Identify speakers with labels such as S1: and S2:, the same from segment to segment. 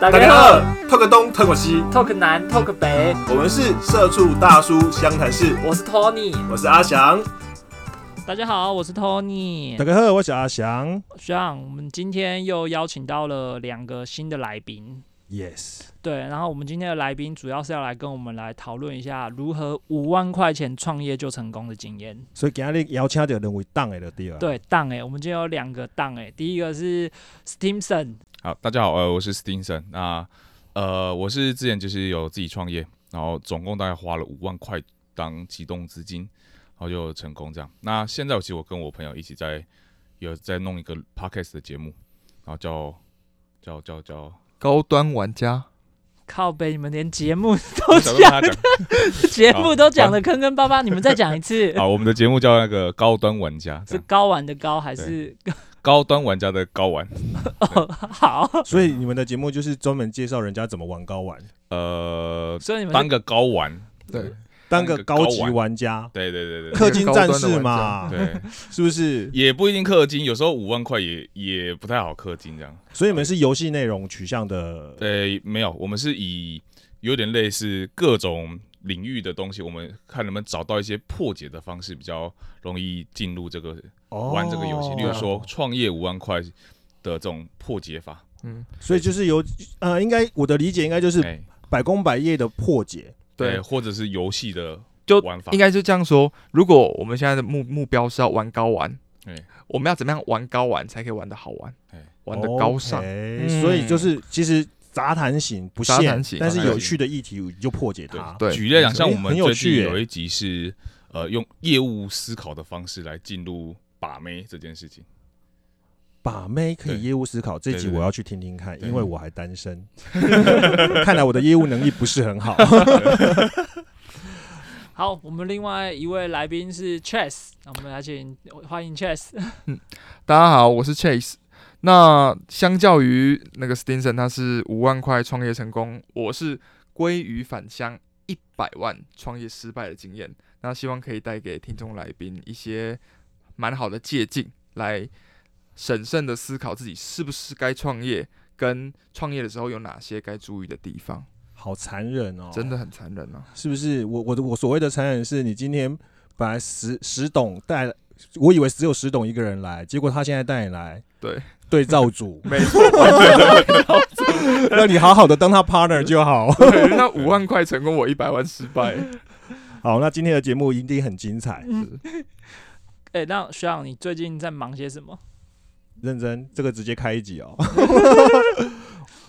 S1: 大
S2: 大
S1: 家
S2: 家
S1: 好
S2: 好，talk 东 talk 西，
S1: ，Talk 南 Talk 北，
S2: 我们是社畜大叔湘潭市，
S1: 我是 Tony。
S2: 我是阿翔。
S1: 大家好，我是 Tony。
S3: 大家好，我是阿翔。
S1: 学长，我们今天又邀请到了两个新的来宾。
S3: Yes，
S1: 对，然后我们今天的来宾主要是要来跟我们来讨论一下如何五万块钱创业就成功的经验。
S3: 所以今日邀请到人为党的就对了。，
S1: 对，档哎、我们今天有两个档哎、第一个是 Steamson，
S4: 好，大家好，呃，我是 Stinson，那呃，我是之前就是有自己创业，然后总共大概花了五万块当启动资金，然后就成功这样。那现在我其实我跟我朋友一起在有在弄一个 podcast 的节目，然后叫叫叫叫，
S5: 高端玩家，
S1: 靠背，你们连节目 都
S4: 想跟
S1: 讲，
S4: 他讲，
S1: 节目都讲的坑坑巴巴，你们再讲一次，
S4: 好，我们的节目叫那个高端玩家，这
S1: 是
S4: 样
S1: 高玩的高还是
S4: 高端玩家的高玩，
S1: 哦 好？
S3: 所以你们的节目就是专门介绍人家怎么玩高玩，
S4: 呃，
S1: 所以你们
S4: 当
S1: 是
S4: 个高玩，
S5: 对，
S3: 当
S4: 当
S3: 个
S4: 个
S3: 高
S4: 高
S3: 级
S4: 玩
S3: 玩家，
S4: 对 对对对
S3: 氪金战士嘛，
S4: 对，对，
S3: 是不是？
S4: 也不一定氪金，有时候五万块也也不太好氪金这样。
S3: 所以你们是游戏内容取向的。
S4: 呃，没有，我们是以有点类似各种领域的东西，我们看能不能找到一些破解的方式，比较容易进入这个
S3: 哦
S4: 玩这个游戏。例如说，创业五万块的这种破解法，
S5: 嗯，
S3: 所以就是有呃，应该我的理解应该就是
S4: 哎，
S3: 百工百业的破解。
S5: 对
S4: 哎，或者是游戏的
S5: 就
S4: 玩法
S5: 应，该就这样说。如果我们现在的目目标是要玩高玩，
S4: 对
S5: 我们要怎么样玩高玩才可以玩得好玩
S4: 哎，
S5: 玩得高尚？
S3: OK，
S5: 嗯
S3: 所以就是其实杂谈型不
S5: 杂
S3: 限
S5: 谈，型
S3: 但是
S4: 杂谈
S3: 有趣的议题你就破解它。
S5: 对，
S4: 举例来讲，像
S3: 哎
S4: 我们
S3: 很有
S4: 最
S3: 趣
S4: 近
S3: 哎
S4: 有一集是呃用业务思考的方式来进入把妹这件事情。
S3: 把妹可以
S4: 对
S3: 业务思考，这
S4: 对
S3: 集
S4: 对对
S3: 我要去听听看，
S4: 对
S3: 因为我还单身，看来我的业务能力不是很好。
S1: 好，我们另外一位来宾是 Chess，那我们来请欢迎 Chess。
S5: 大家好，我是 Chase。那相较于那个 Stinson，他是五万块创业成功，我是归于返乡一百万创业失败的经验。那希望可以带给听众来宾一些蛮好的借鉴，来审慎的思考自己是不是该创业，跟创业的时候有哪些该注意的地方。
S3: 好残忍哦，
S5: 真的很残忍啊！
S3: 是不是？我我的我所谓的残忍是你今天本来石石董带了，我以为只有石董一个人来，结果他现在带你来
S5: 对，
S3: 对照组
S5: 没错，完全没错
S3: 让你好好的当他 partner 就好。
S5: 对那五万块成功，我一百万失 败。
S3: 好，那今天的节目一定很精彩，
S1: 哎、那学长，你最近在忙些什么？
S3: 认真，这个直接开一集哦。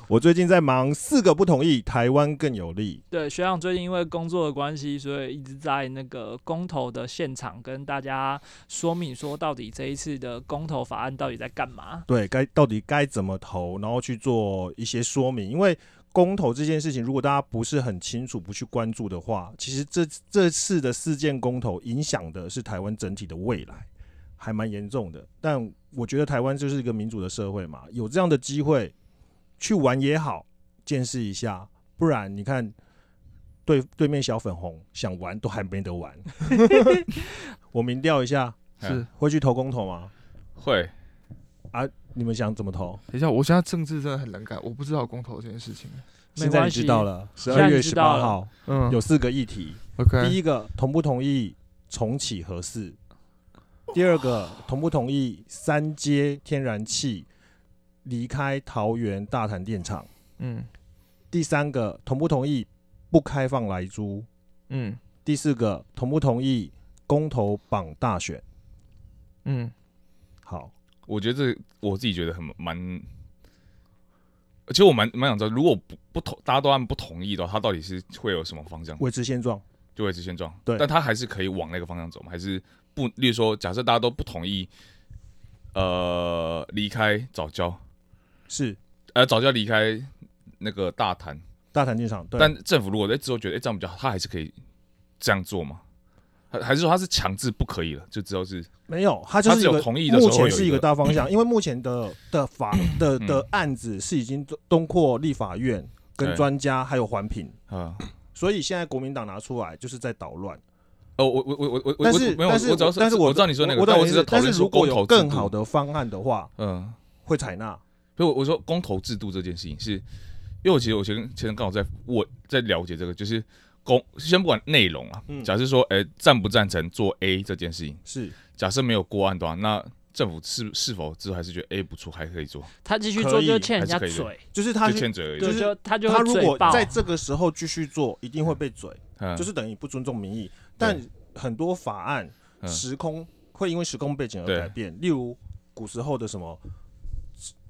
S3: 我最近在忙四个不同意，台湾更有利。
S1: 对，学长最近因为工作的关系，所以一直在那个公投的现场跟大家说明说，到底这一次的公投法案到底在干嘛？
S3: 对该到底该怎么投，然后去做一些说明。因为公投这件事情，如果大家不是很清楚、不去关注的话，其实这这次的事件公投影响的是台湾整体的未来，还蛮严重的。但我觉得台湾就是一个民主的社会嘛，有这样的机会去玩也好，见识一下，不然你看。对对面小粉红想玩都还没得玩，我民调一下，
S4: 是
S5: 是，
S3: 会去投公投吗？
S4: 哎
S3: 啊
S4: 会，
S3: 你们想怎么投？
S5: 等一下，我现在政治真的很冷感，我不知道公投这件事情。
S1: 没
S3: 现在
S1: 关
S3: 你
S1: 系
S3: 知道了，十
S1: 现在
S3: 二
S1: 你
S3: 月
S1: 知
S3: 十
S1: 道
S3: 八
S1: 了
S3: 号
S5: 嗯
S3: 有四个议题，第
S5: ，OK，
S3: 一个同不同意重启核四，第二个同不同意三阶天然气离开桃园大潭电厂，
S5: 嗯
S3: 第三个同不同意不开放来租，
S5: 嗯
S3: 第四个同不同意公投榜大选。
S5: 嗯，
S3: 好，
S4: 我觉得这我自己觉得很蛮，其实我蛮蛮想知道，如果不不同大家都按不同意的话，它到底是会有什么方向？
S3: 维持现状，
S4: 就维持现状。
S3: 对
S4: 但他还是可以往那个方向走嘛？还是不？例如说，假设大家都不同意，呃，离开早教，
S3: 是
S4: 呃，早教离开那个大潭，
S3: 大潭电厂，对，
S4: 但政府如果在之后觉得，哎、这样比较好，他还是可以这样做吗？还还是说他是强制不可以了？就之后是
S3: 没有，它就
S4: 它
S3: 是
S4: 只
S3: 一
S4: 有
S3: 个
S4: 同意的时
S3: 目
S4: 候
S3: 前
S4: 有
S3: 是
S4: 一
S3: 一个
S4: 个
S3: 大方向，因为目前的的法的
S4: 嗯
S3: 的案子是已经通过立法院、跟
S4: 对
S3: 专家还有环评，
S4: 啊。
S3: 所以现在国民党拿出来就是在捣乱。
S4: 哦，我我我我我，
S3: 但是
S4: 我没有，
S3: 但是
S4: 我只要
S3: 但是
S4: 我
S3: 我
S4: 知道你说那个，
S3: 我
S4: 但
S3: 懂
S4: 我
S3: 你
S4: 是
S3: 意思
S4: 在讨
S3: 但是
S4: 论说
S3: 如果
S4: 公
S3: 有
S4: 投
S3: 更
S4: 制度
S3: 好，的方案的话，
S4: 嗯，
S3: 会采纳。
S4: 所以我我说公投制度这件事情是因为我其实我前前阵刚好在我在了解这个，就是公先不管内容啊，
S3: 嗯
S4: 假设说，哎、赞不赞成做 A 这件事情，
S3: 是
S4: 假设没有过案的话，那政府是是否之后还是觉得 A 不错，还可以做，
S1: 他继续
S3: 可
S1: 做就
S3: 以
S1: 欠人
S4: 还是
S1: 家
S4: 可以的
S1: 嘴，
S3: 就是他
S4: 就欠嘴而已。
S3: 就
S1: 对，
S3: 是
S1: 就他就
S3: 他
S1: 会
S3: 如
S1: 嘴
S3: 果
S1: 爆。
S3: 在这个时候继续做，一定会被嘴，
S4: 嗯
S3: 就是等于不尊重民意。但很多法案
S4: 嗯
S3: 时空会因为时空背景而
S4: 对
S3: 改变，例如古时候的什么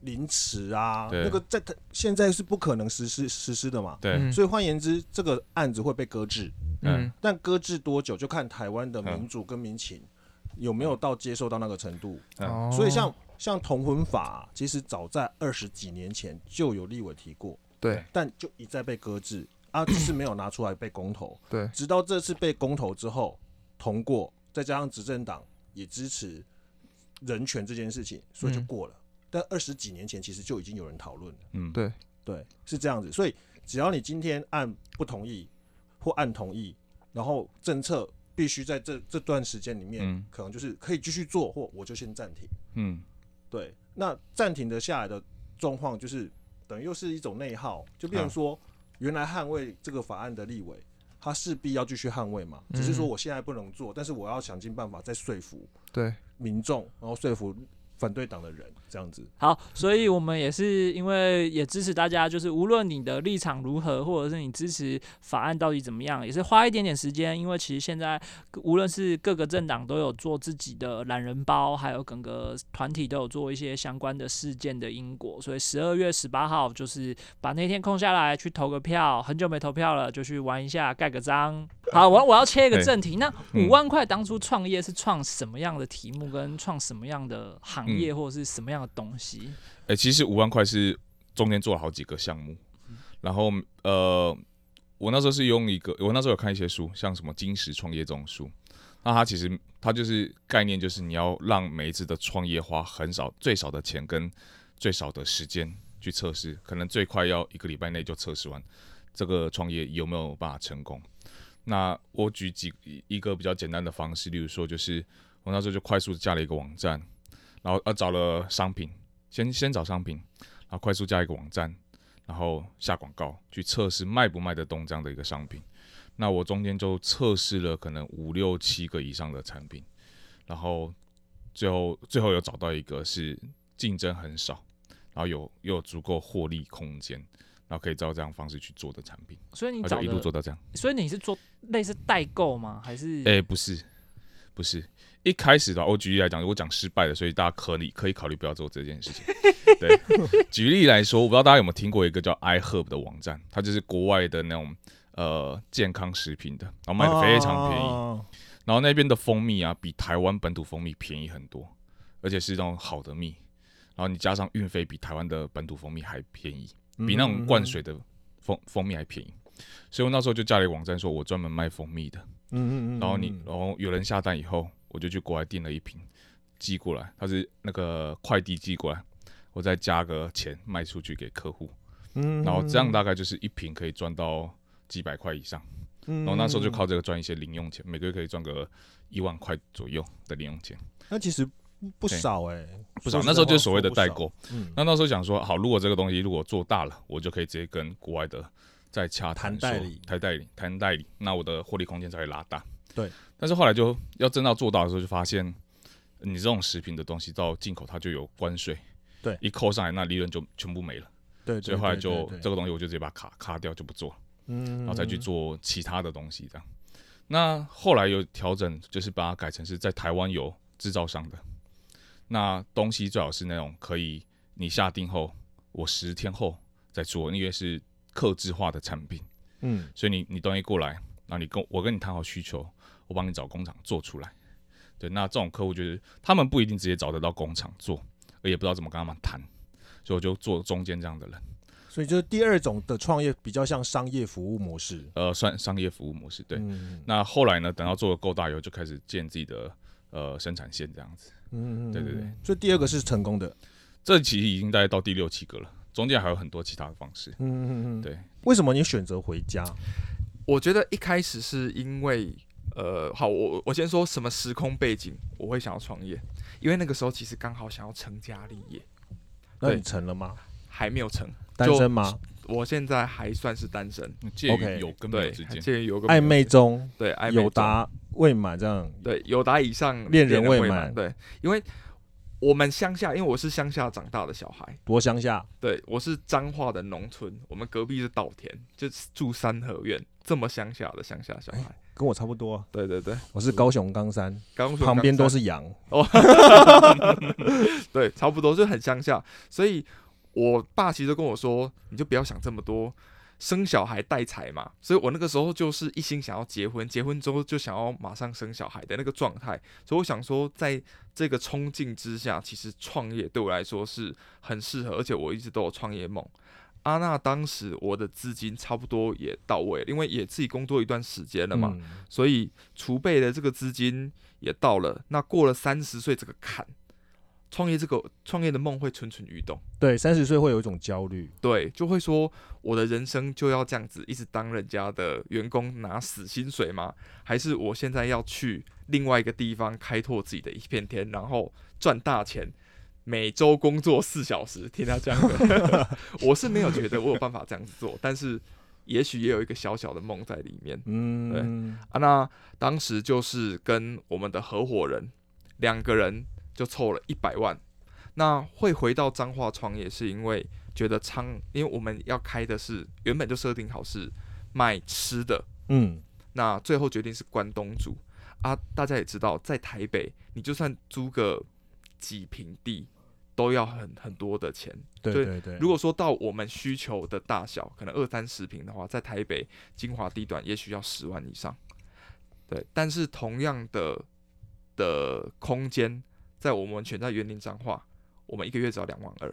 S3: 凌迟啊，
S4: 对
S3: 那个在它现在是不可能实施实施的嘛。
S4: 对，
S5: 嗯
S3: 所以换言之，这个案子会被搁置，
S5: 嗯
S4: 嗯，
S3: 但搁置多久就看台湾的民主跟民情有没有到接受到那个程度。
S4: 嗯
S5: 哦
S3: 所以像像同婚法啊、其实早在二十几年前就有立委提过，
S5: 对
S3: 但就一再被搁置啊，就是没有拿出来被公投。
S5: 对
S3: 直到这次被公投之后通过，再加上执政党也支持人权这件事情，所以就
S5: 嗯
S3: 过了。但二十几年前其实就已经有人讨论了，
S4: 嗯，
S5: 对
S3: 对，是这样子。所以只要你今天按不同意或按同意，然后政策必须在这这段时间里面，
S4: 嗯
S3: 可能就是可以继续做，或我就先暂停。
S4: 嗯，
S3: 对，那暂停的下来的状况就是等于又是一种内耗，就变成说，原来捍卫这个法案的立委，他势必要继续捍卫嘛，只是说
S5: 嗯
S3: 我现在不能做，但是我要想尽办法再说服
S5: 对，
S3: 民众，然后说服反对党的人，这样子。
S1: 好，所以我们也是因为也支持大家，就是无论你的立场如何，或者是你支持法案到底怎么样，也是花一点点时间，因为其实现在无论是各个政党都有做自己的懒人包，还有整个团体都有做一些相关的事件的因果，所以十二月十八号就是把那天空下来去投个票，很久没投票了就去玩一下，盖个章。好，我我要切一个
S4: 嘿
S1: 正题，那
S4: 嗯
S1: 五万块当初创业是创什么样的题目，跟创什么样的行
S4: 嗯
S1: 业或者是什么样的东西？
S4: 哎、其实五万块是中间做了好几个项目，然后呃，我那时候是用一个，我那时候有看一些书，像什么《金石创业》这种书，那它其实它就是概念，就是你要让每一次的创业花很少、最少的钱跟最少的时间去测试，可能最快要一个礼拜内就测试完这个创业有没有办法成功。那我举几一个比较简单的方式，例如说，就是我那时候就快速架了一个网站，然后呃找了商品，先先找商品，然后快速加一个网站，然后下广告去测试卖不卖得动这样的一个商品。那我中间就测试了可能五六七个以上的产品，然后最后最后有找到一个是竞争很少，然后有又有足够获利空间，然后可以照这样方式去做的产品，
S1: 所以你
S4: 那
S1: 找
S4: 就一路
S1: 的，
S4: 做到这样。
S1: 所以你是做类似代购吗？还是？
S4: 哎、不是，不是。一开始的话，我举例来讲，我讲失败了，所以大家可以可以考虑不要做这件事情。对，举例来说，我不知道大家有没有听过一个叫 iHerb 的网站，它就是国外的那种呃健康食品的，然后卖的非常便宜。
S3: 啊
S4: 然后那边的蜂蜜啊，比台湾本土蜂蜜便宜很多，而且是那种好的蜜。然后你加上运费，比台湾的本土蜂蜜还便宜，比那种灌水的蜂蜂蜜还便宜。所以我那时候就架了一个网站，说我专门卖蜂蜜的。
S3: 嗯，嗯嗯嗯嗯
S4: 然后你，然后有人下单以后，我就去国外订了一瓶，寄过来，它是那个快递寄过来，我再加个钱卖出去给客户，
S3: 嗯
S4: 然后这样大概就是一瓶可以赚到几百块以上，
S3: 然
S4: 然
S5: 哦
S4: 后那时候就
S3: 嗯
S4: 靠这个赚一些零用钱，每个月可以赚个一万块左右的零用钱，
S3: 那其实不少哎，
S4: 不
S3: 说
S4: 少。
S3: 实
S4: 那时候就是
S3: 话
S4: 所谓的
S3: 说不少
S4: 代购，。
S3: 嗯，
S4: 那那时候想说，好，如果这个东西如果做大了，我就可以直接跟国外的再洽
S3: 谈
S4: 谈
S3: 代
S4: 说
S3: 理
S4: 谈代理，谈代理，那我的获利空间才会拉大。
S3: 对，
S4: 但是后来就要真到做到的时候，就发现嗯你这种食品的东西到进口它就有关税，
S3: 对
S4: 一扣上来那利润就全部没了，
S3: 对，对
S4: 所以后来就
S3: 对对
S4: 这个东西我就直接把它卡卡掉，就不做了。
S3: 嗯，
S4: 然后再去做其他的东西这样。那后来有调整，就是把它改成是在台湾有制造商的，那东西最好是那种可以你下定后，我十天后再做，因为是客制化的产品，
S3: 嗯，
S4: 所以你你东西过来，然后你跟我我跟你谈好需求，我帮你找工厂做出来。对，那这种客户就是他们不一定直接找得到工厂做，我也不知道怎么跟他们谈，所以我就做中间这样的人，
S3: 所以就是第二种的创业比较像商业服务模式。
S4: 呃，算商业服务模式，对。
S3: 嗯
S4: 那后来呢，等到做的够大以后，就开始建自己的呃生产线这样子。
S3: 嗯，嗯
S4: 对对对。
S3: 嗯所以第二个是成功的。
S4: 这其实已经大概到第六七个了，中间还有很多其他的方式。
S3: 嗯嗯嗯，
S4: 对。
S3: 为什么你选择回家？
S5: 我觉得一开始是因为，呃，好，我我先说什么时空背景，我会想要创业，因为那个时候其实刚好想要成家立业，
S3: 那
S5: 对
S3: 你成了吗？
S5: 还没有成，
S3: 单身吗？
S5: 我现在还算是单身，
S4: 介
S3: OK
S4: 于有跟没有
S5: 对
S4: 之，间，
S5: 介于有个
S3: 暧昧中
S5: 对暧昧
S3: 有
S5: 中
S3: 答未满这样，
S5: 对，有达以上
S3: 恋人未
S5: 未
S3: 满
S5: 对，因为我们乡下，因为我是乡下长大的小孩，
S3: 多乡下
S5: 对我是彰化的农村，我们隔壁是稻田，就是住三合院，这么乡下的乡下小孩。
S3: 跟我差不多啊，
S5: 对对对，
S3: 我是高雄冈山，
S5: 刚说
S3: 旁边都
S5: 冈山
S3: 是羊，
S5: 对，差不多就很乡下。所以我爸其实都跟我说，你就不要想这么多，生小孩带财嘛。所以我那个时候就是一心想要结婚，结婚之后就想要马上生小孩的那个状态。所以我想说，在这个冲劲之下，其实创业对我来说是很适合，而且我一直都有创业梦。阿娜当时我的资金差不多也到位了，因为也自己工作一段时间了嘛，
S3: 嗯
S5: 所以储备的这个资金也到了。那过了三十岁这个坎，创业这个创业的梦会蠢蠢欲动，
S3: 对，三十岁会有一种焦虑，
S5: 对，就会说我的人生就要这样子，一直当人家的员工拿死薪水吗？还是我现在要去另外一个地方开拓自己的一片天，然后赚大钱？每周工作四小时，听他这样的，我是没有觉得我有办法这样子做，但是也许也有一个小小的梦在里面。
S3: 嗯，
S5: 啊，那当时就是跟我们的合伙人两个人就凑了一百万。那会回到彰化创业，是因为觉得仓，因为我们要开的是原本就设定好是卖吃的，
S3: 嗯，
S5: 那最后决定是关东煮啊。大家也知道，在台北你就算租个几平地，都要很很多的钱。
S3: 对
S5: 对
S3: 对对，
S5: 如果说到我们需求的大小，可能二三十平的话，在台北精华地段也许要十万以上。对，但是同样的的空间，在我们选在园林彰化，我们一个月只要两万二。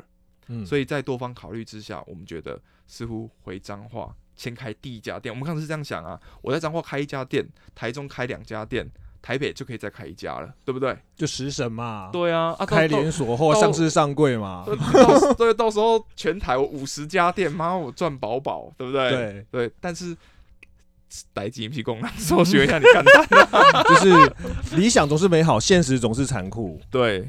S3: 嗯
S5: 所以在多方考虑之下，我们觉得似乎回彰化先开第一家店。我们刚才是这样想啊，我在彰化开一家店，台中开两家店，台北就可以再开一家了，对不对？
S3: 就食神嘛，
S5: 对啊，啊，到
S3: 开
S5: 到
S3: 连锁或
S5: 到
S3: 上市上柜嘛，
S5: 到时对，到时候全台我五十家店，妈我赚饱饱，对不对？
S3: 对，
S5: 对但是逮鸡皮功能，我学一下你干蛋。
S3: 就是理想总是美好，现实总是残酷，
S5: 对，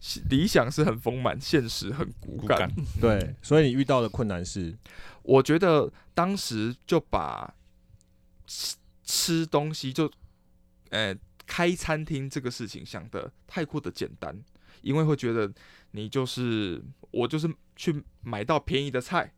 S5: 是理想是很丰满，现实很骨
S4: 骨
S5: 感。
S4: 感
S3: 对，所以你遇到的困难是，
S5: 我觉得当时就把吃吃东西就，呃，开餐厅这个事情想的太过的简单，因为会觉得你就是我就是去买到便宜的菜，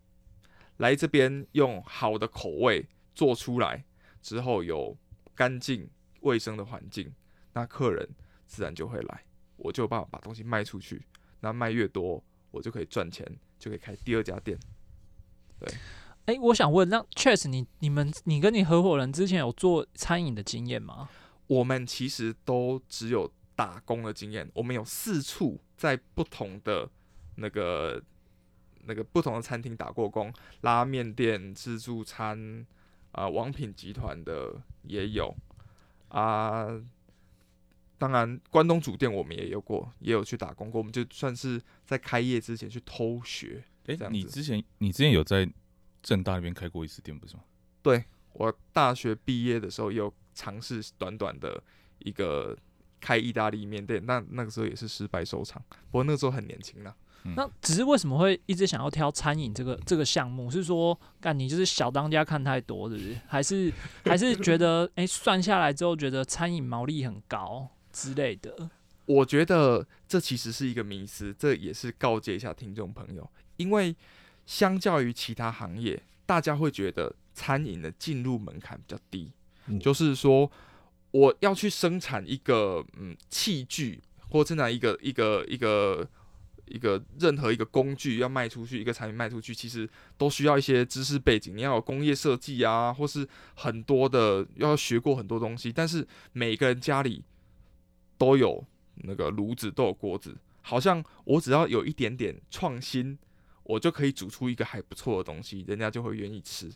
S5: 来这边用好的口味做出来之后有干净卫生的环境，那客人自然就会来，我就有办法把东西卖出去，那卖越多我就可以赚钱，就可以开第二家店。
S1: 哎、我想问，那 Chess，你你们你跟你合伙人之前有做餐饮的经验吗？
S5: 我们其实都只有打工的经验，我们有四处在不同的那个那个不同的餐厅打过工，拉面店、自助餐啊、王品集团的也有啊、当然关东煮店我们也有过，也有去打工过，我们就算是在开业之前去偷学。
S4: 哎
S5: 这，样
S4: 你
S5: 子
S4: 之前你之前有在正大那边开过一次店不是吗？
S5: 我大学毕业的时候也有尝试短短的一个开意大利面店，那那个时候也是失败收场。不过那个时候很年轻啦，
S1: 那只是为什么会一直想要挑餐饮这个这个项目？是说，干你就是小当家看太多，是不是？还是还是觉得，哎、算下来之后觉得餐饮毛利很高之类的？
S5: 我觉得这其实是一个迷思，这也是告诫一下听众朋友，因为相较于其他行业，大家会觉得餐饮的进入门槛比较低，
S3: 嗯
S5: 就是说我要去生产一个嗯器具，或生产一个一个一个一个任何一个工具要卖出去，一个产品卖出去，其实都需要一些知识背景，你要有工业设计啊，或是很多的要学过很多东西，但是每个人家里都有那个炉子，都有锅子，好像我只要有一点点创新，我就可以煮出一个还不错的东西，人家就会愿意吃。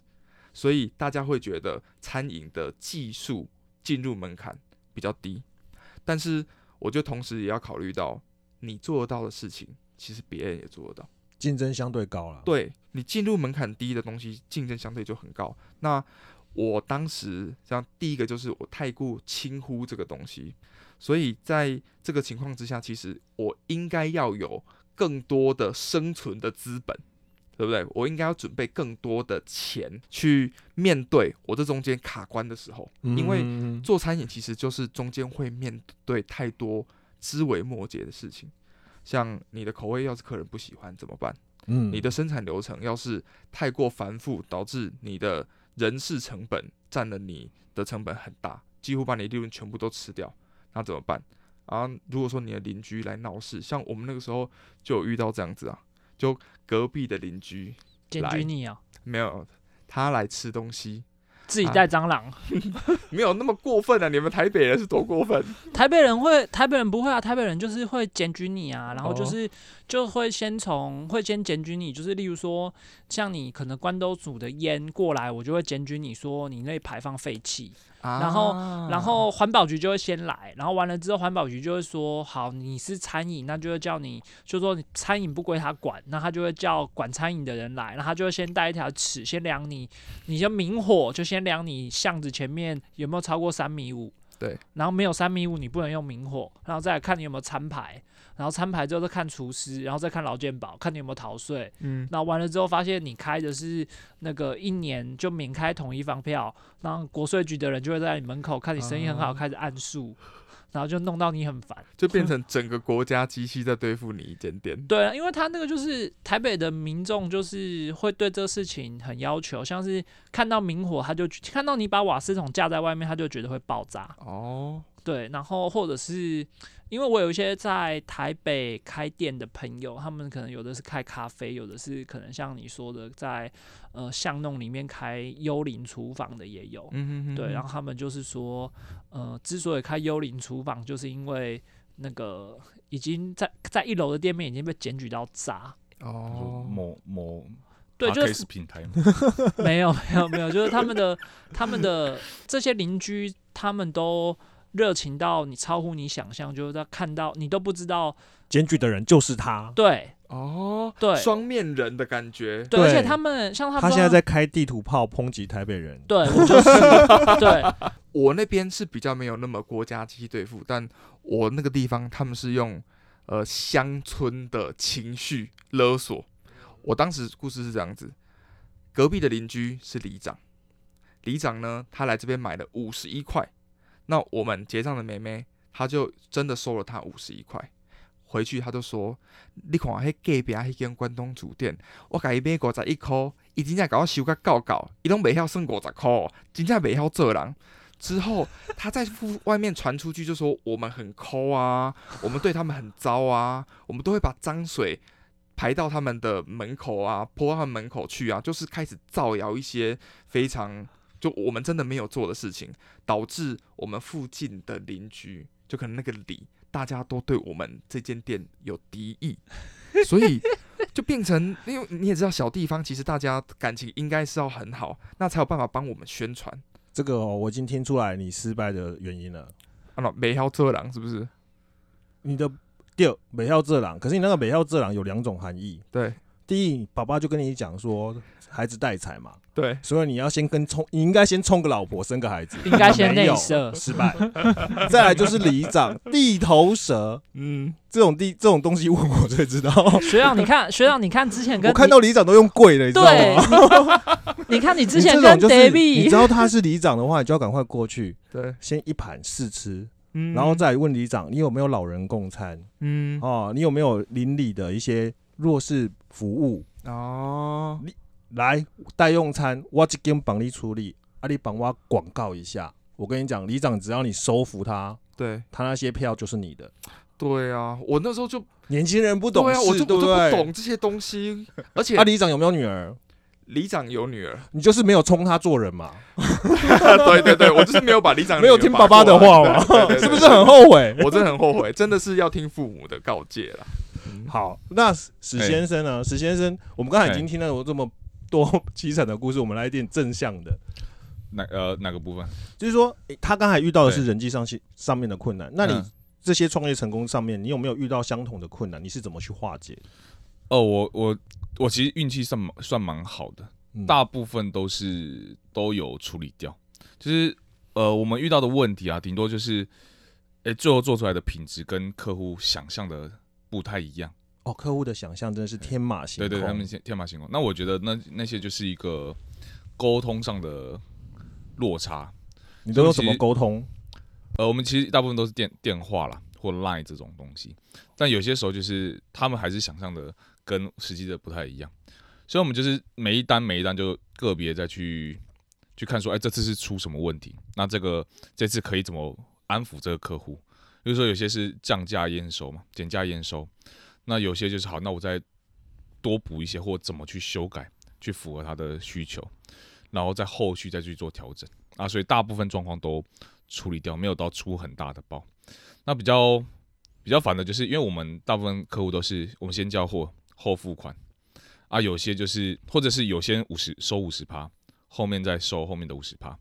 S5: 所以大家会觉得餐饮的技术进入门槛比较低，但是我觉得同时也要考虑到，你做得到的事情，其实别人也做得到。
S3: 竞争相对高了，，
S5: 对你进入门槛低的东西，竞争相对就很高。那我当时像第一个就是我太过轻忽这个东西，所以在这个情况之下，其实我应该要有更多的生存的资本，对不对？我应该要准备更多的钱去面对我这中间卡关的时候，因为
S3: 嗯
S5: 做餐饮其实就是中间会面对太多枝微末节的事情，像你的口味要是客人不喜欢怎么办？
S3: 嗯
S5: 你的生产流程要是太过繁复，导致你的人事成本占了你的成本很大，几乎把你利润全部都吃掉，那怎么办？啊，如果说你的邻居来闹事，像我们那个时候就有遇到这样子啊，就隔壁的邻居
S1: 检
S5: 来
S1: 举你啊，
S5: 没有他来吃东西，
S1: 自己
S5: 啊
S1: 带蟑螂。
S5: 没有那么过分啊！你们台北人是多过分？
S1: 台北人会，台北人不会啊，台北人就是会检举你啊，然后就
S5: 哦
S1: 是、就会先从会先检举你，就是例如说像你可能关东煮的烟过来，我就会检举你说你那排放废气， 然后
S5: 啊
S1: 然后环保局就会先来，然后完了之后环保局就会说好你是餐饮，那就会叫你就说你餐饮不归他管，那他就会叫管餐饮的人来，那他就会先带一条尺先量你，你就明火就先量你巷子前面有没有超过三米五，
S5: 对，
S1: 然后没有三米五你不能用明火，然后再来看你有没有餐牌，然后餐牌之后再看厨师，然后再看劳健保，看你有没有逃税，
S5: 嗯，
S1: 那完了之后发现你开的是那个一年就免开统一房票，然后国税局的人就会在你门口看你生意很好，
S5: 啊
S1: 开始按数，然后就弄到你很烦。
S5: 就变成整个国家机器在对付你一间店。
S1: 对啊，因为他那个就是台北的民众，就是会对这事情很要求，像是看到明火他就看到你把瓦斯桶架在外面，他就觉得会爆炸。
S5: 哦，
S1: 对，然后或者是因为我有一些在台北开店的朋友，他们可能有的是开咖啡，有的是可能像你说的在呃巷弄里面开幽灵厨房的也有。
S5: 嗯哼哼
S1: 对，然
S5: 后
S1: 后他们就是说，呃，之所以开幽灵厨房，就是因为那个已经在在一楼的店面已经被检举到炸。
S5: 哦，
S4: 某某
S1: 对，就是
S4: podcast 平台嘛，
S1: 没有没有没有，就是他们的他们的这些邻居，他们都热情到你超乎你想象，就是他看到你都不知道，
S3: 检举的人就是他，
S1: 对
S5: 哦，
S1: 对
S5: 双面人的感觉。
S1: 对，而且
S3: 对
S1: 他们像他
S3: 他
S1: 们
S3: 现在在开地图炮抨击台北人。
S1: 对我就是 对
S5: 我那边是比较没有那么国家机器对付，但我那个地方他们是用呃乡村的情绪勒索。我当时故事是这样子：隔壁的邻居是里长，里长呢他来这边买了五十一块，那我们结账的妹妹她就真的收了他五十一块。回去他就说：“你看迄隔壁迄间关东煮店，我甲伊买五十一箍，伊真正甲我收甲够够，伊拢袂晓算五十箍，真正袂晓做人。”之后，他在附外面传出去，就说我们很抠啊，我们对他们很糟啊，我们都会把脏水排到他们的门口啊，泼到他们门口去啊，就是开始造谣一些非常就我们真的没有做的事情，导致我们附近的邻居，就可能那个里，大家都对我们这间店有敌意，所以就变成，因为你也知道，小地方其实大家感情应该是要很好，那才有办法帮我们宣传。
S3: 这个、哦、我已经听出来你失败的原因了。
S5: 啊，那没晓做人是不是？
S3: 你的第二美校这郎，可是你那个美校这郎有两种含义。
S5: 对
S3: 第一，爸爸就跟你讲说，孩子带财嘛，
S5: 对，
S3: 所以你要先跟冲，你应该先冲个老婆，生个孩子，
S1: 应该先
S3: 没有
S1: 内射
S3: 失败。 再来就是里长地头蛇
S5: 嗯，
S3: 这种地这种东西，问我才知道。
S1: 学长，你看学长，你看之前跟
S3: 我看到里长都用跪的，你
S1: 你
S3: 知道吗？
S1: 对， 你你看你之前
S3: 你这
S1: 跟
S3: 种就是，你
S1: David
S3: 知道他是里长的话，你就要赶快过去，
S5: 对，
S3: 先一盘试吃，
S5: 嗯
S3: 然后再来问里长，你有没有老人共餐？
S5: 嗯
S3: 哦，你有没有邻里的一些弱势服务？
S5: 哦，
S3: 来代用餐，我这间帮你处理，啊，你帮我广告一下。我跟你讲，里长只要你收服他，
S5: 对
S3: 他那些票就是你的。
S5: 对啊，我那时候就
S3: 年轻人不懂
S5: 对啊，
S3: 事，
S5: 我就
S3: 对
S5: 我就
S3: 对
S5: 不。懂这些 东西，而且
S3: 啊，里长有没有女儿？
S5: 里长有女儿，
S3: 你就是没有冲他做人嘛，
S5: 对对对，我就是没有把里长
S3: 没有
S5: 女儿
S3: 听
S5: 拔
S3: 爸爸的
S5: 过来
S3: 话嘛，
S5: 对对对对
S3: 是不是很后悔？
S5: 我真的很后悔，真的是要听父母的告诫啦。
S3: 好，那史先生呢？史先生，我们刚才已经听到这么多凄惨的故事，我们来一点正向的，
S4: 哪呃哪个部分？
S3: 就是说诶他刚才遇到的是
S4: 对
S3: 人际上系上面的困难，那你
S4: 嗯
S3: 这些创业成功上面，你有没有遇到相同的困难？你是怎么去化解的？
S4: 哦，我我我其实运气算蛮算蛮好的，
S3: 嗯
S4: 大部分都是都有处理掉。就是呃，我们遇到的问题啊，顶多就是，诶，最后做出来的品质跟客户想象的不太一样。
S3: 哦，客户的想象真的是天马行
S4: 对
S3: 空，
S4: 对，他们先天马行空。那我觉得那那些就是一个沟通上的落差。
S3: 你都用怎么沟通？
S4: 呃，我们其实大部分都是电电话啦或 Line 这种东西，但有些时候就是他们还是想象的跟实际的不太一样，所以我们就是每一单每一单就个别再去去看说，哎，这次是出什么问题？那这个这次可以怎么安抚这个客户？比如说有些是降价验收嘛，减价验收，那有些就是好，那我再多补一些或怎么去修改，去符合他的需求，然后在后续再去做调整啊，所以大部分状况都处理掉，没有到出很大的包。那比较比较烦的就是，因为我们大部分客户都是我们先交货后付款啊，有些就是或者是有些五十收五十趴，后面再收后面的五十趴。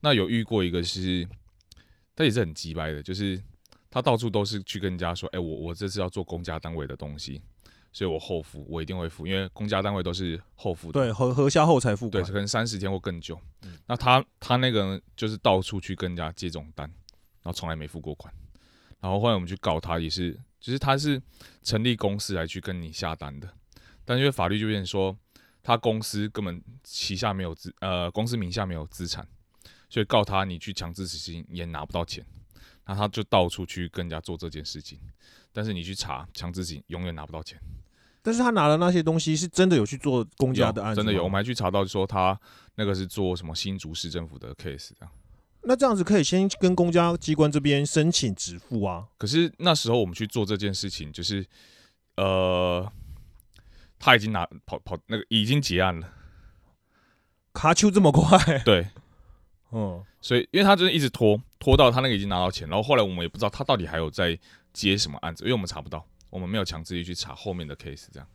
S4: 那有遇过一个是，他也是很急白的，就是他到处都是去跟人家说，哎、我我这次要做公家单位的东西，所以我后付，我一定会付，因为公家单位都是后付的，
S3: 对，核核销后才付
S4: 对，
S3: 款嗯
S4: 可。能三十天或更久。那他他那个人就是到处去跟人家接这种单，然后从来没付过款。然后后来我们去告他，也是，就是他是成立公司来去跟你下单的，但因为法律就变成说，他公司根本旗下没有资，呃，公司名下没有资产，所以告他你去强制执行也拿不到钱。那他就到处去跟人家做这件事情，但是你去查强制执行永远拿不到钱。
S3: 但是他拿的那些东西是真的有去做公家的案
S4: 有
S3: 子，
S4: 真的有，我。们还去查到说他那个是做什么新竹市政府的 case 这样。
S3: 那这样子可以先跟公家机关这边申请支付啊。
S4: 可是那时候我们去做这件事情，就是呃，他已经拿跑跑那个已经结 案了，
S3: 卡丘这么快，
S4: 对，
S3: 嗯，
S4: 所以因为他就是一直拖拖到他那个已经拿到钱，然后后来我们也不知道他到底还有在接什么案子，因为我们查不到，我们没有强制力去查后面的 case 这样。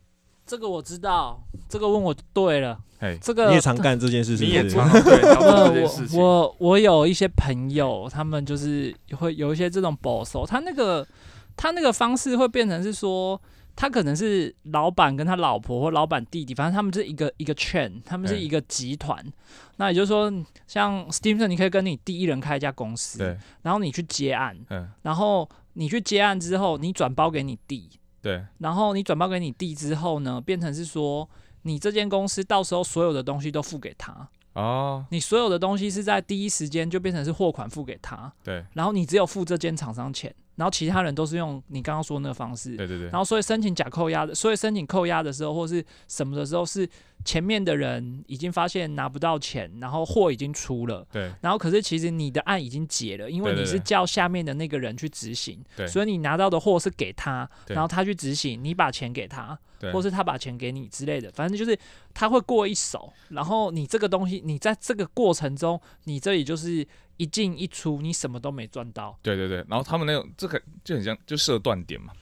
S1: 这个我知道，这个问我对了，
S4: 嘿，
S1: 这个
S3: 你也常干这件事，是
S5: 你
S3: 不
S5: 也
S3: 是
S5: 常常对遭
S1: 呃
S5: 受这件事，情。
S1: 我我我有一些朋友，他们就是会有一些这种保守，他那个他那个方式会变成是说，他可能是老板跟他老婆或老板弟弟，反正他们是一个一个圈，他们是
S4: 嗯
S1: 一个集团。那也就是说，像 Stevenson，你可以跟你第一人开一家公司，
S4: 对，
S1: 然后你去接案，
S4: 嗯，
S1: 然后你去接案之后，你转包给你弟，
S4: 对，
S1: 然后你转包给你弟之后呢，变成是说。你这间公司到时候所有的东西都付给他，
S4: 哦，
S1: 你所有的东西是在第一时间就变成是货款付给他，
S4: 对，
S1: 然后你只有付这间厂商钱，然后其他人都是用你刚刚说的那个方式。
S4: 对对对
S1: 然，后所以申请假扣押的，所以申请扣押的时候或是什么的时候，是前面的人已经发现拿不到钱，然后货已经出了。
S4: 对，
S1: 然后可是其实你的案已经结了，因为
S4: 对对
S1: 你是
S4: 对
S1: 叫下面的那个人去执行，
S4: 对
S1: 所以你拿到的货是给他，
S4: 对
S1: 然后他去执行，你把钱给他，
S4: 对，
S1: 或是他把钱给你之类的，反正就是他会过一手，然后你这个东西，你在这个过程中，你这里就是一进一出，你什么都没赚到。
S4: 对对对，然后他们那种这个就很像就设断点嘛，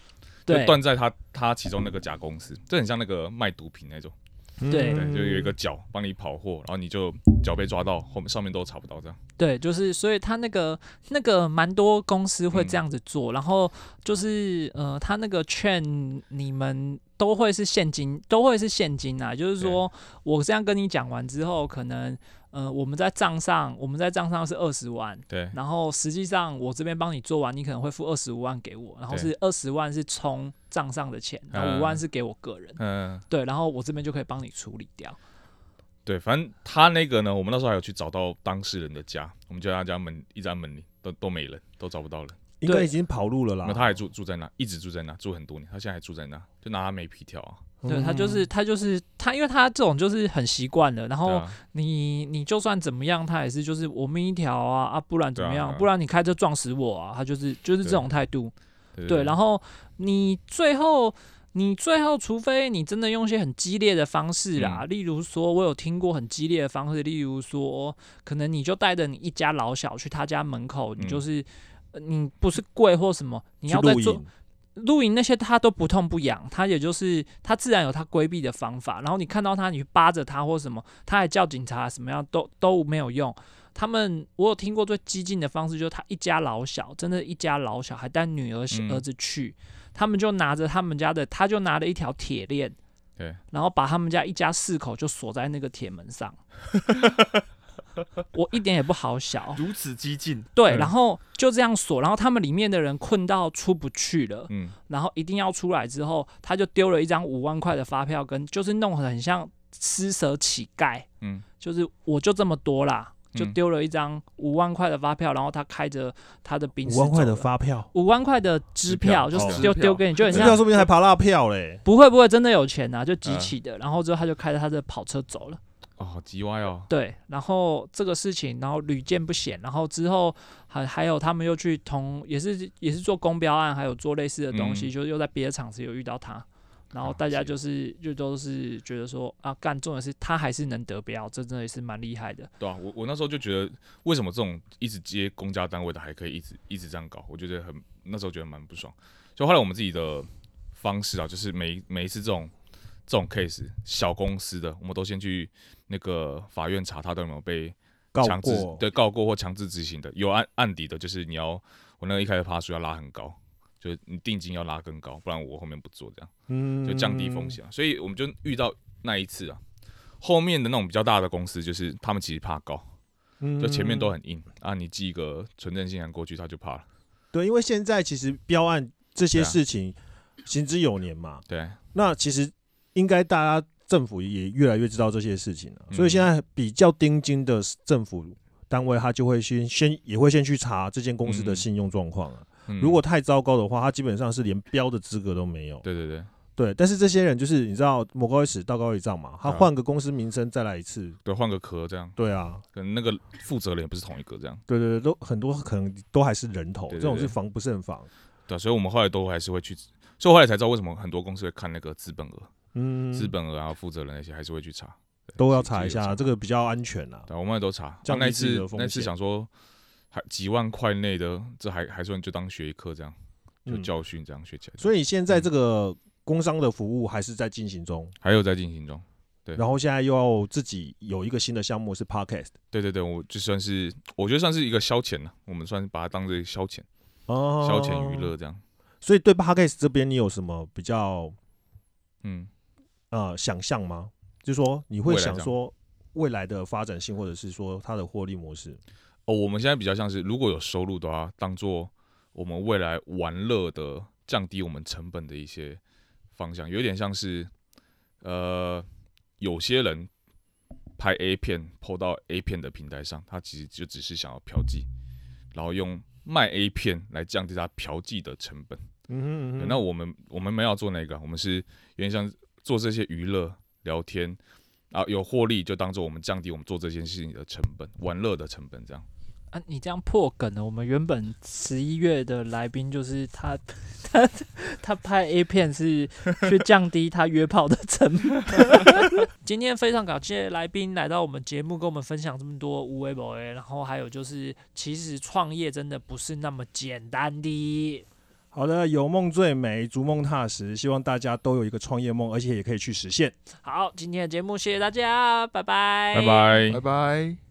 S4: 就
S1: 对，
S4: 断在他他其中那个假公司，这很像那个卖毒品那种。
S3: 嗯
S1: 对
S4: 对，就有一个脚帮你跑货，然后你就脚被抓到，后面上面都查不到这样。
S1: 对，就是所以他那个那个蛮多公司会
S4: 嗯
S1: 这样子做，然后就是呃，他那个券你们都会是现金，都会是现金啊，就是说我这样跟你讲完之后，可能呃我们在账上，我们在账上是二十万，
S4: 对
S1: 然后实际上我这边帮你做完，你可能会付二十五万给我，然后
S4: 对
S1: 是二十万是充账上的钱，然后
S4: 嗯
S1: 五万是给我个人，
S4: 嗯，
S1: 对，然后我这边就可以帮你处理掉。
S4: 对，反正他那个呢，我们那时候还有去找到当事人的家，我们就在他家门一张门里都都没人，都找不到人。
S3: 应该已经跑路了啦
S4: 那。他还住住在那，一直住在那，住很多年，他现在还住在那，就拿他没皮条啊。
S1: 对他就是他就是他，因为他这种就是很习惯了，然
S4: 对
S1: 后
S4: 啊，
S1: 你你就算怎么样，他也是就是我命一条啊啊，不然怎么
S4: 对啊对
S1: 样
S4: 啊？
S1: 不然你开车撞死我啊！他就是就是这
S4: 对
S1: 种态度。
S4: 对
S1: 对，然后你最后你最后，除非你真的用一些很激烈的方式啦，例如说，我有听过很激烈的方式，例如说，可能你就带着你一家老小去他家门口，你就
S4: 嗯
S1: 是。呃你不是跪或什么，你
S3: 去
S1: 要在
S3: 露
S1: 做
S3: 营，
S1: 露营那些他都不痛不痒，他也就是他自然有他规避的方法。然后你看到他，你去扒着他或什么，他还叫警察什么样都都没有用。他们我有听过最激进的方式，就是他一家老小，真的，一家老小还带女儿、
S4: 嗯
S1: 儿子去，他们就拿着他们家的，他就拿了一条铁链，
S4: 对，
S1: 然后把他们家一家四口就锁在那个铁门上。我一点也不好小。
S5: 如此激进，
S1: 对，
S4: 嗯
S1: 然后就这样锁，然后他们里面的人困到出不去了，
S4: 嗯，
S1: 然后一定要出来之后，他就丢了一张五万块的发票跟，就是弄得很像施舍乞丐，
S4: 嗯，
S1: 就是我就这么多啦，就
S4: 嗯
S1: 丢了一张五万块的发票，然后他开着他的宾士
S3: 五万块
S1: 走
S3: 的
S1: 了
S3: 发票，
S1: 五万块的支票，
S4: 支票
S1: 就
S4: 哦
S1: 是丢
S5: 支票
S1: 丢给你，就很
S3: 支
S1: 像
S3: 票说不定还扒拉票嘞。
S1: 不会不会真的有钱啊呐、就集齐的，然后之后他就开着他的跑车走了。
S4: 哦，好鸡歪哦，
S1: 对，然后这个事情，然后屡见不鲜，然后之后还还有他们又去同也是也是做公标案，还有做类似的东西，
S4: 嗯
S1: 就是又在别的厂子有遇到他，然后
S4: 了
S1: 大家
S4: 解
S1: 就是就都是觉得说啊，干重点是他还是能得标，这真的是蛮厉害的。
S4: 对啊，我我那时候就觉得，为什么这种一直接公家单位的还可以一直一直这样搞？我觉得很那时候觉得蛮不爽。就后来我们自己的方式啊，就是每一每一次这种这种 case，小公司的，我们都先去那个法院查他都有没有被
S3: 告
S4: 强制
S3: 过，
S4: 对告过或强制执行的，有案案底的，就是你要我那个一开始爬树要拉很高，就是你定金要拉更高，不然我后面不做这样。
S3: 嗯
S4: 就降低风。险啊、所以我们就遇到那一次啊，后面的那种比较大的公司，就是他们其实怕高，
S3: 嗯
S4: 就前面都很硬、啊，你寄一个纯正信函过去，他就怕了。
S3: 对，因为现在其实标案这些
S4: 对啊
S3: 事情行之有年嘛，
S4: 对，
S3: 那其实应该大家政府也越来越知道这些事情了，
S4: 嗯
S3: 所以现在比较盯紧的政府单位，他就会先先也会先去查这间公司的
S4: 嗯
S3: 信用状况啊。
S4: 嗯
S3: 如果太糟糕的话，他基本上是连标的资格都没有。
S4: 对对对
S3: 对，但是这些人就是你知道，魔高一尺，道高一丈嘛，他
S4: 对啊
S3: 换个公司名称再来一次。
S4: 对，换个壳这样，
S3: 对啊，
S4: 跟那个负责人也不是同一个这样，
S3: 对对对，都很多可能都还是人头，
S4: 对对
S3: 这种是
S4: 对
S3: 防不胜防。
S4: 对啊、所以我们后来都还是会去，所以我后来才知道为什么很多公司会看那个资本额、
S3: 嗯，
S4: 资本额啊、负责人那些，还是会去查，对
S3: 都要
S4: 其实
S3: 查一
S4: 有
S3: 下，这个比较安全啊啦。
S4: 对，啊我们也都查。
S3: 降低
S4: 那一
S3: 自己
S4: 次
S3: 的风
S4: 那次
S3: 险
S4: 想说，还几万块内的，这还还算就当学一课这样，就
S3: 嗯
S4: 教训这样学起来。
S3: 所以现
S4: 嗯
S3: 在这个工商的服务还是在进行中，
S4: 还有在进行中。对
S3: 然后现在又要自己有一个新的项目是 podcast
S4: 对对对，我就算是我觉得算是一个消遣了、我们算是把它当做一个消遣、
S3: 哦
S4: 消遣娱乐。这样。
S3: 所以对 podcast 这边你有什么比较
S4: 嗯，
S3: 呃想象吗？就是说你会
S4: 未来
S3: 想
S4: 这样
S3: 说未来的发展性，或者是说它的获利模式？
S4: 哦，我们现在比较像是如果有收入的话，当做我们未来玩乐的降低我们成本的一些方向，有点像是呃，有些人拍 A 片 p 到 A 片的平台上，他其实就只是想要嫖妓，然后用卖 A 片来降低他嫖妓的成本。
S3: 嗯
S4: 对那我们我们没有做那个，我们是有点像做这些娱乐聊天啊，有获利就当做我们降低我们做这件事情的成本，玩乐的成本这样。
S1: 啊，你这样破梗了。我们原本十一月的来宾就是他， 他他拍 A 片是去降低他约炮的成本。 今天非常感谢来宾来到我们节目，跟我们分享这么多无为博然后还有就是，其实创业真的不是那么简单的。
S3: 好的，有梦最美，逐梦踏实，希望大家都有一个创业梦，而且也可以去实现。
S1: 好，今天的节目谢谢大家，拜拜，
S4: 拜拜
S5: 拜拜。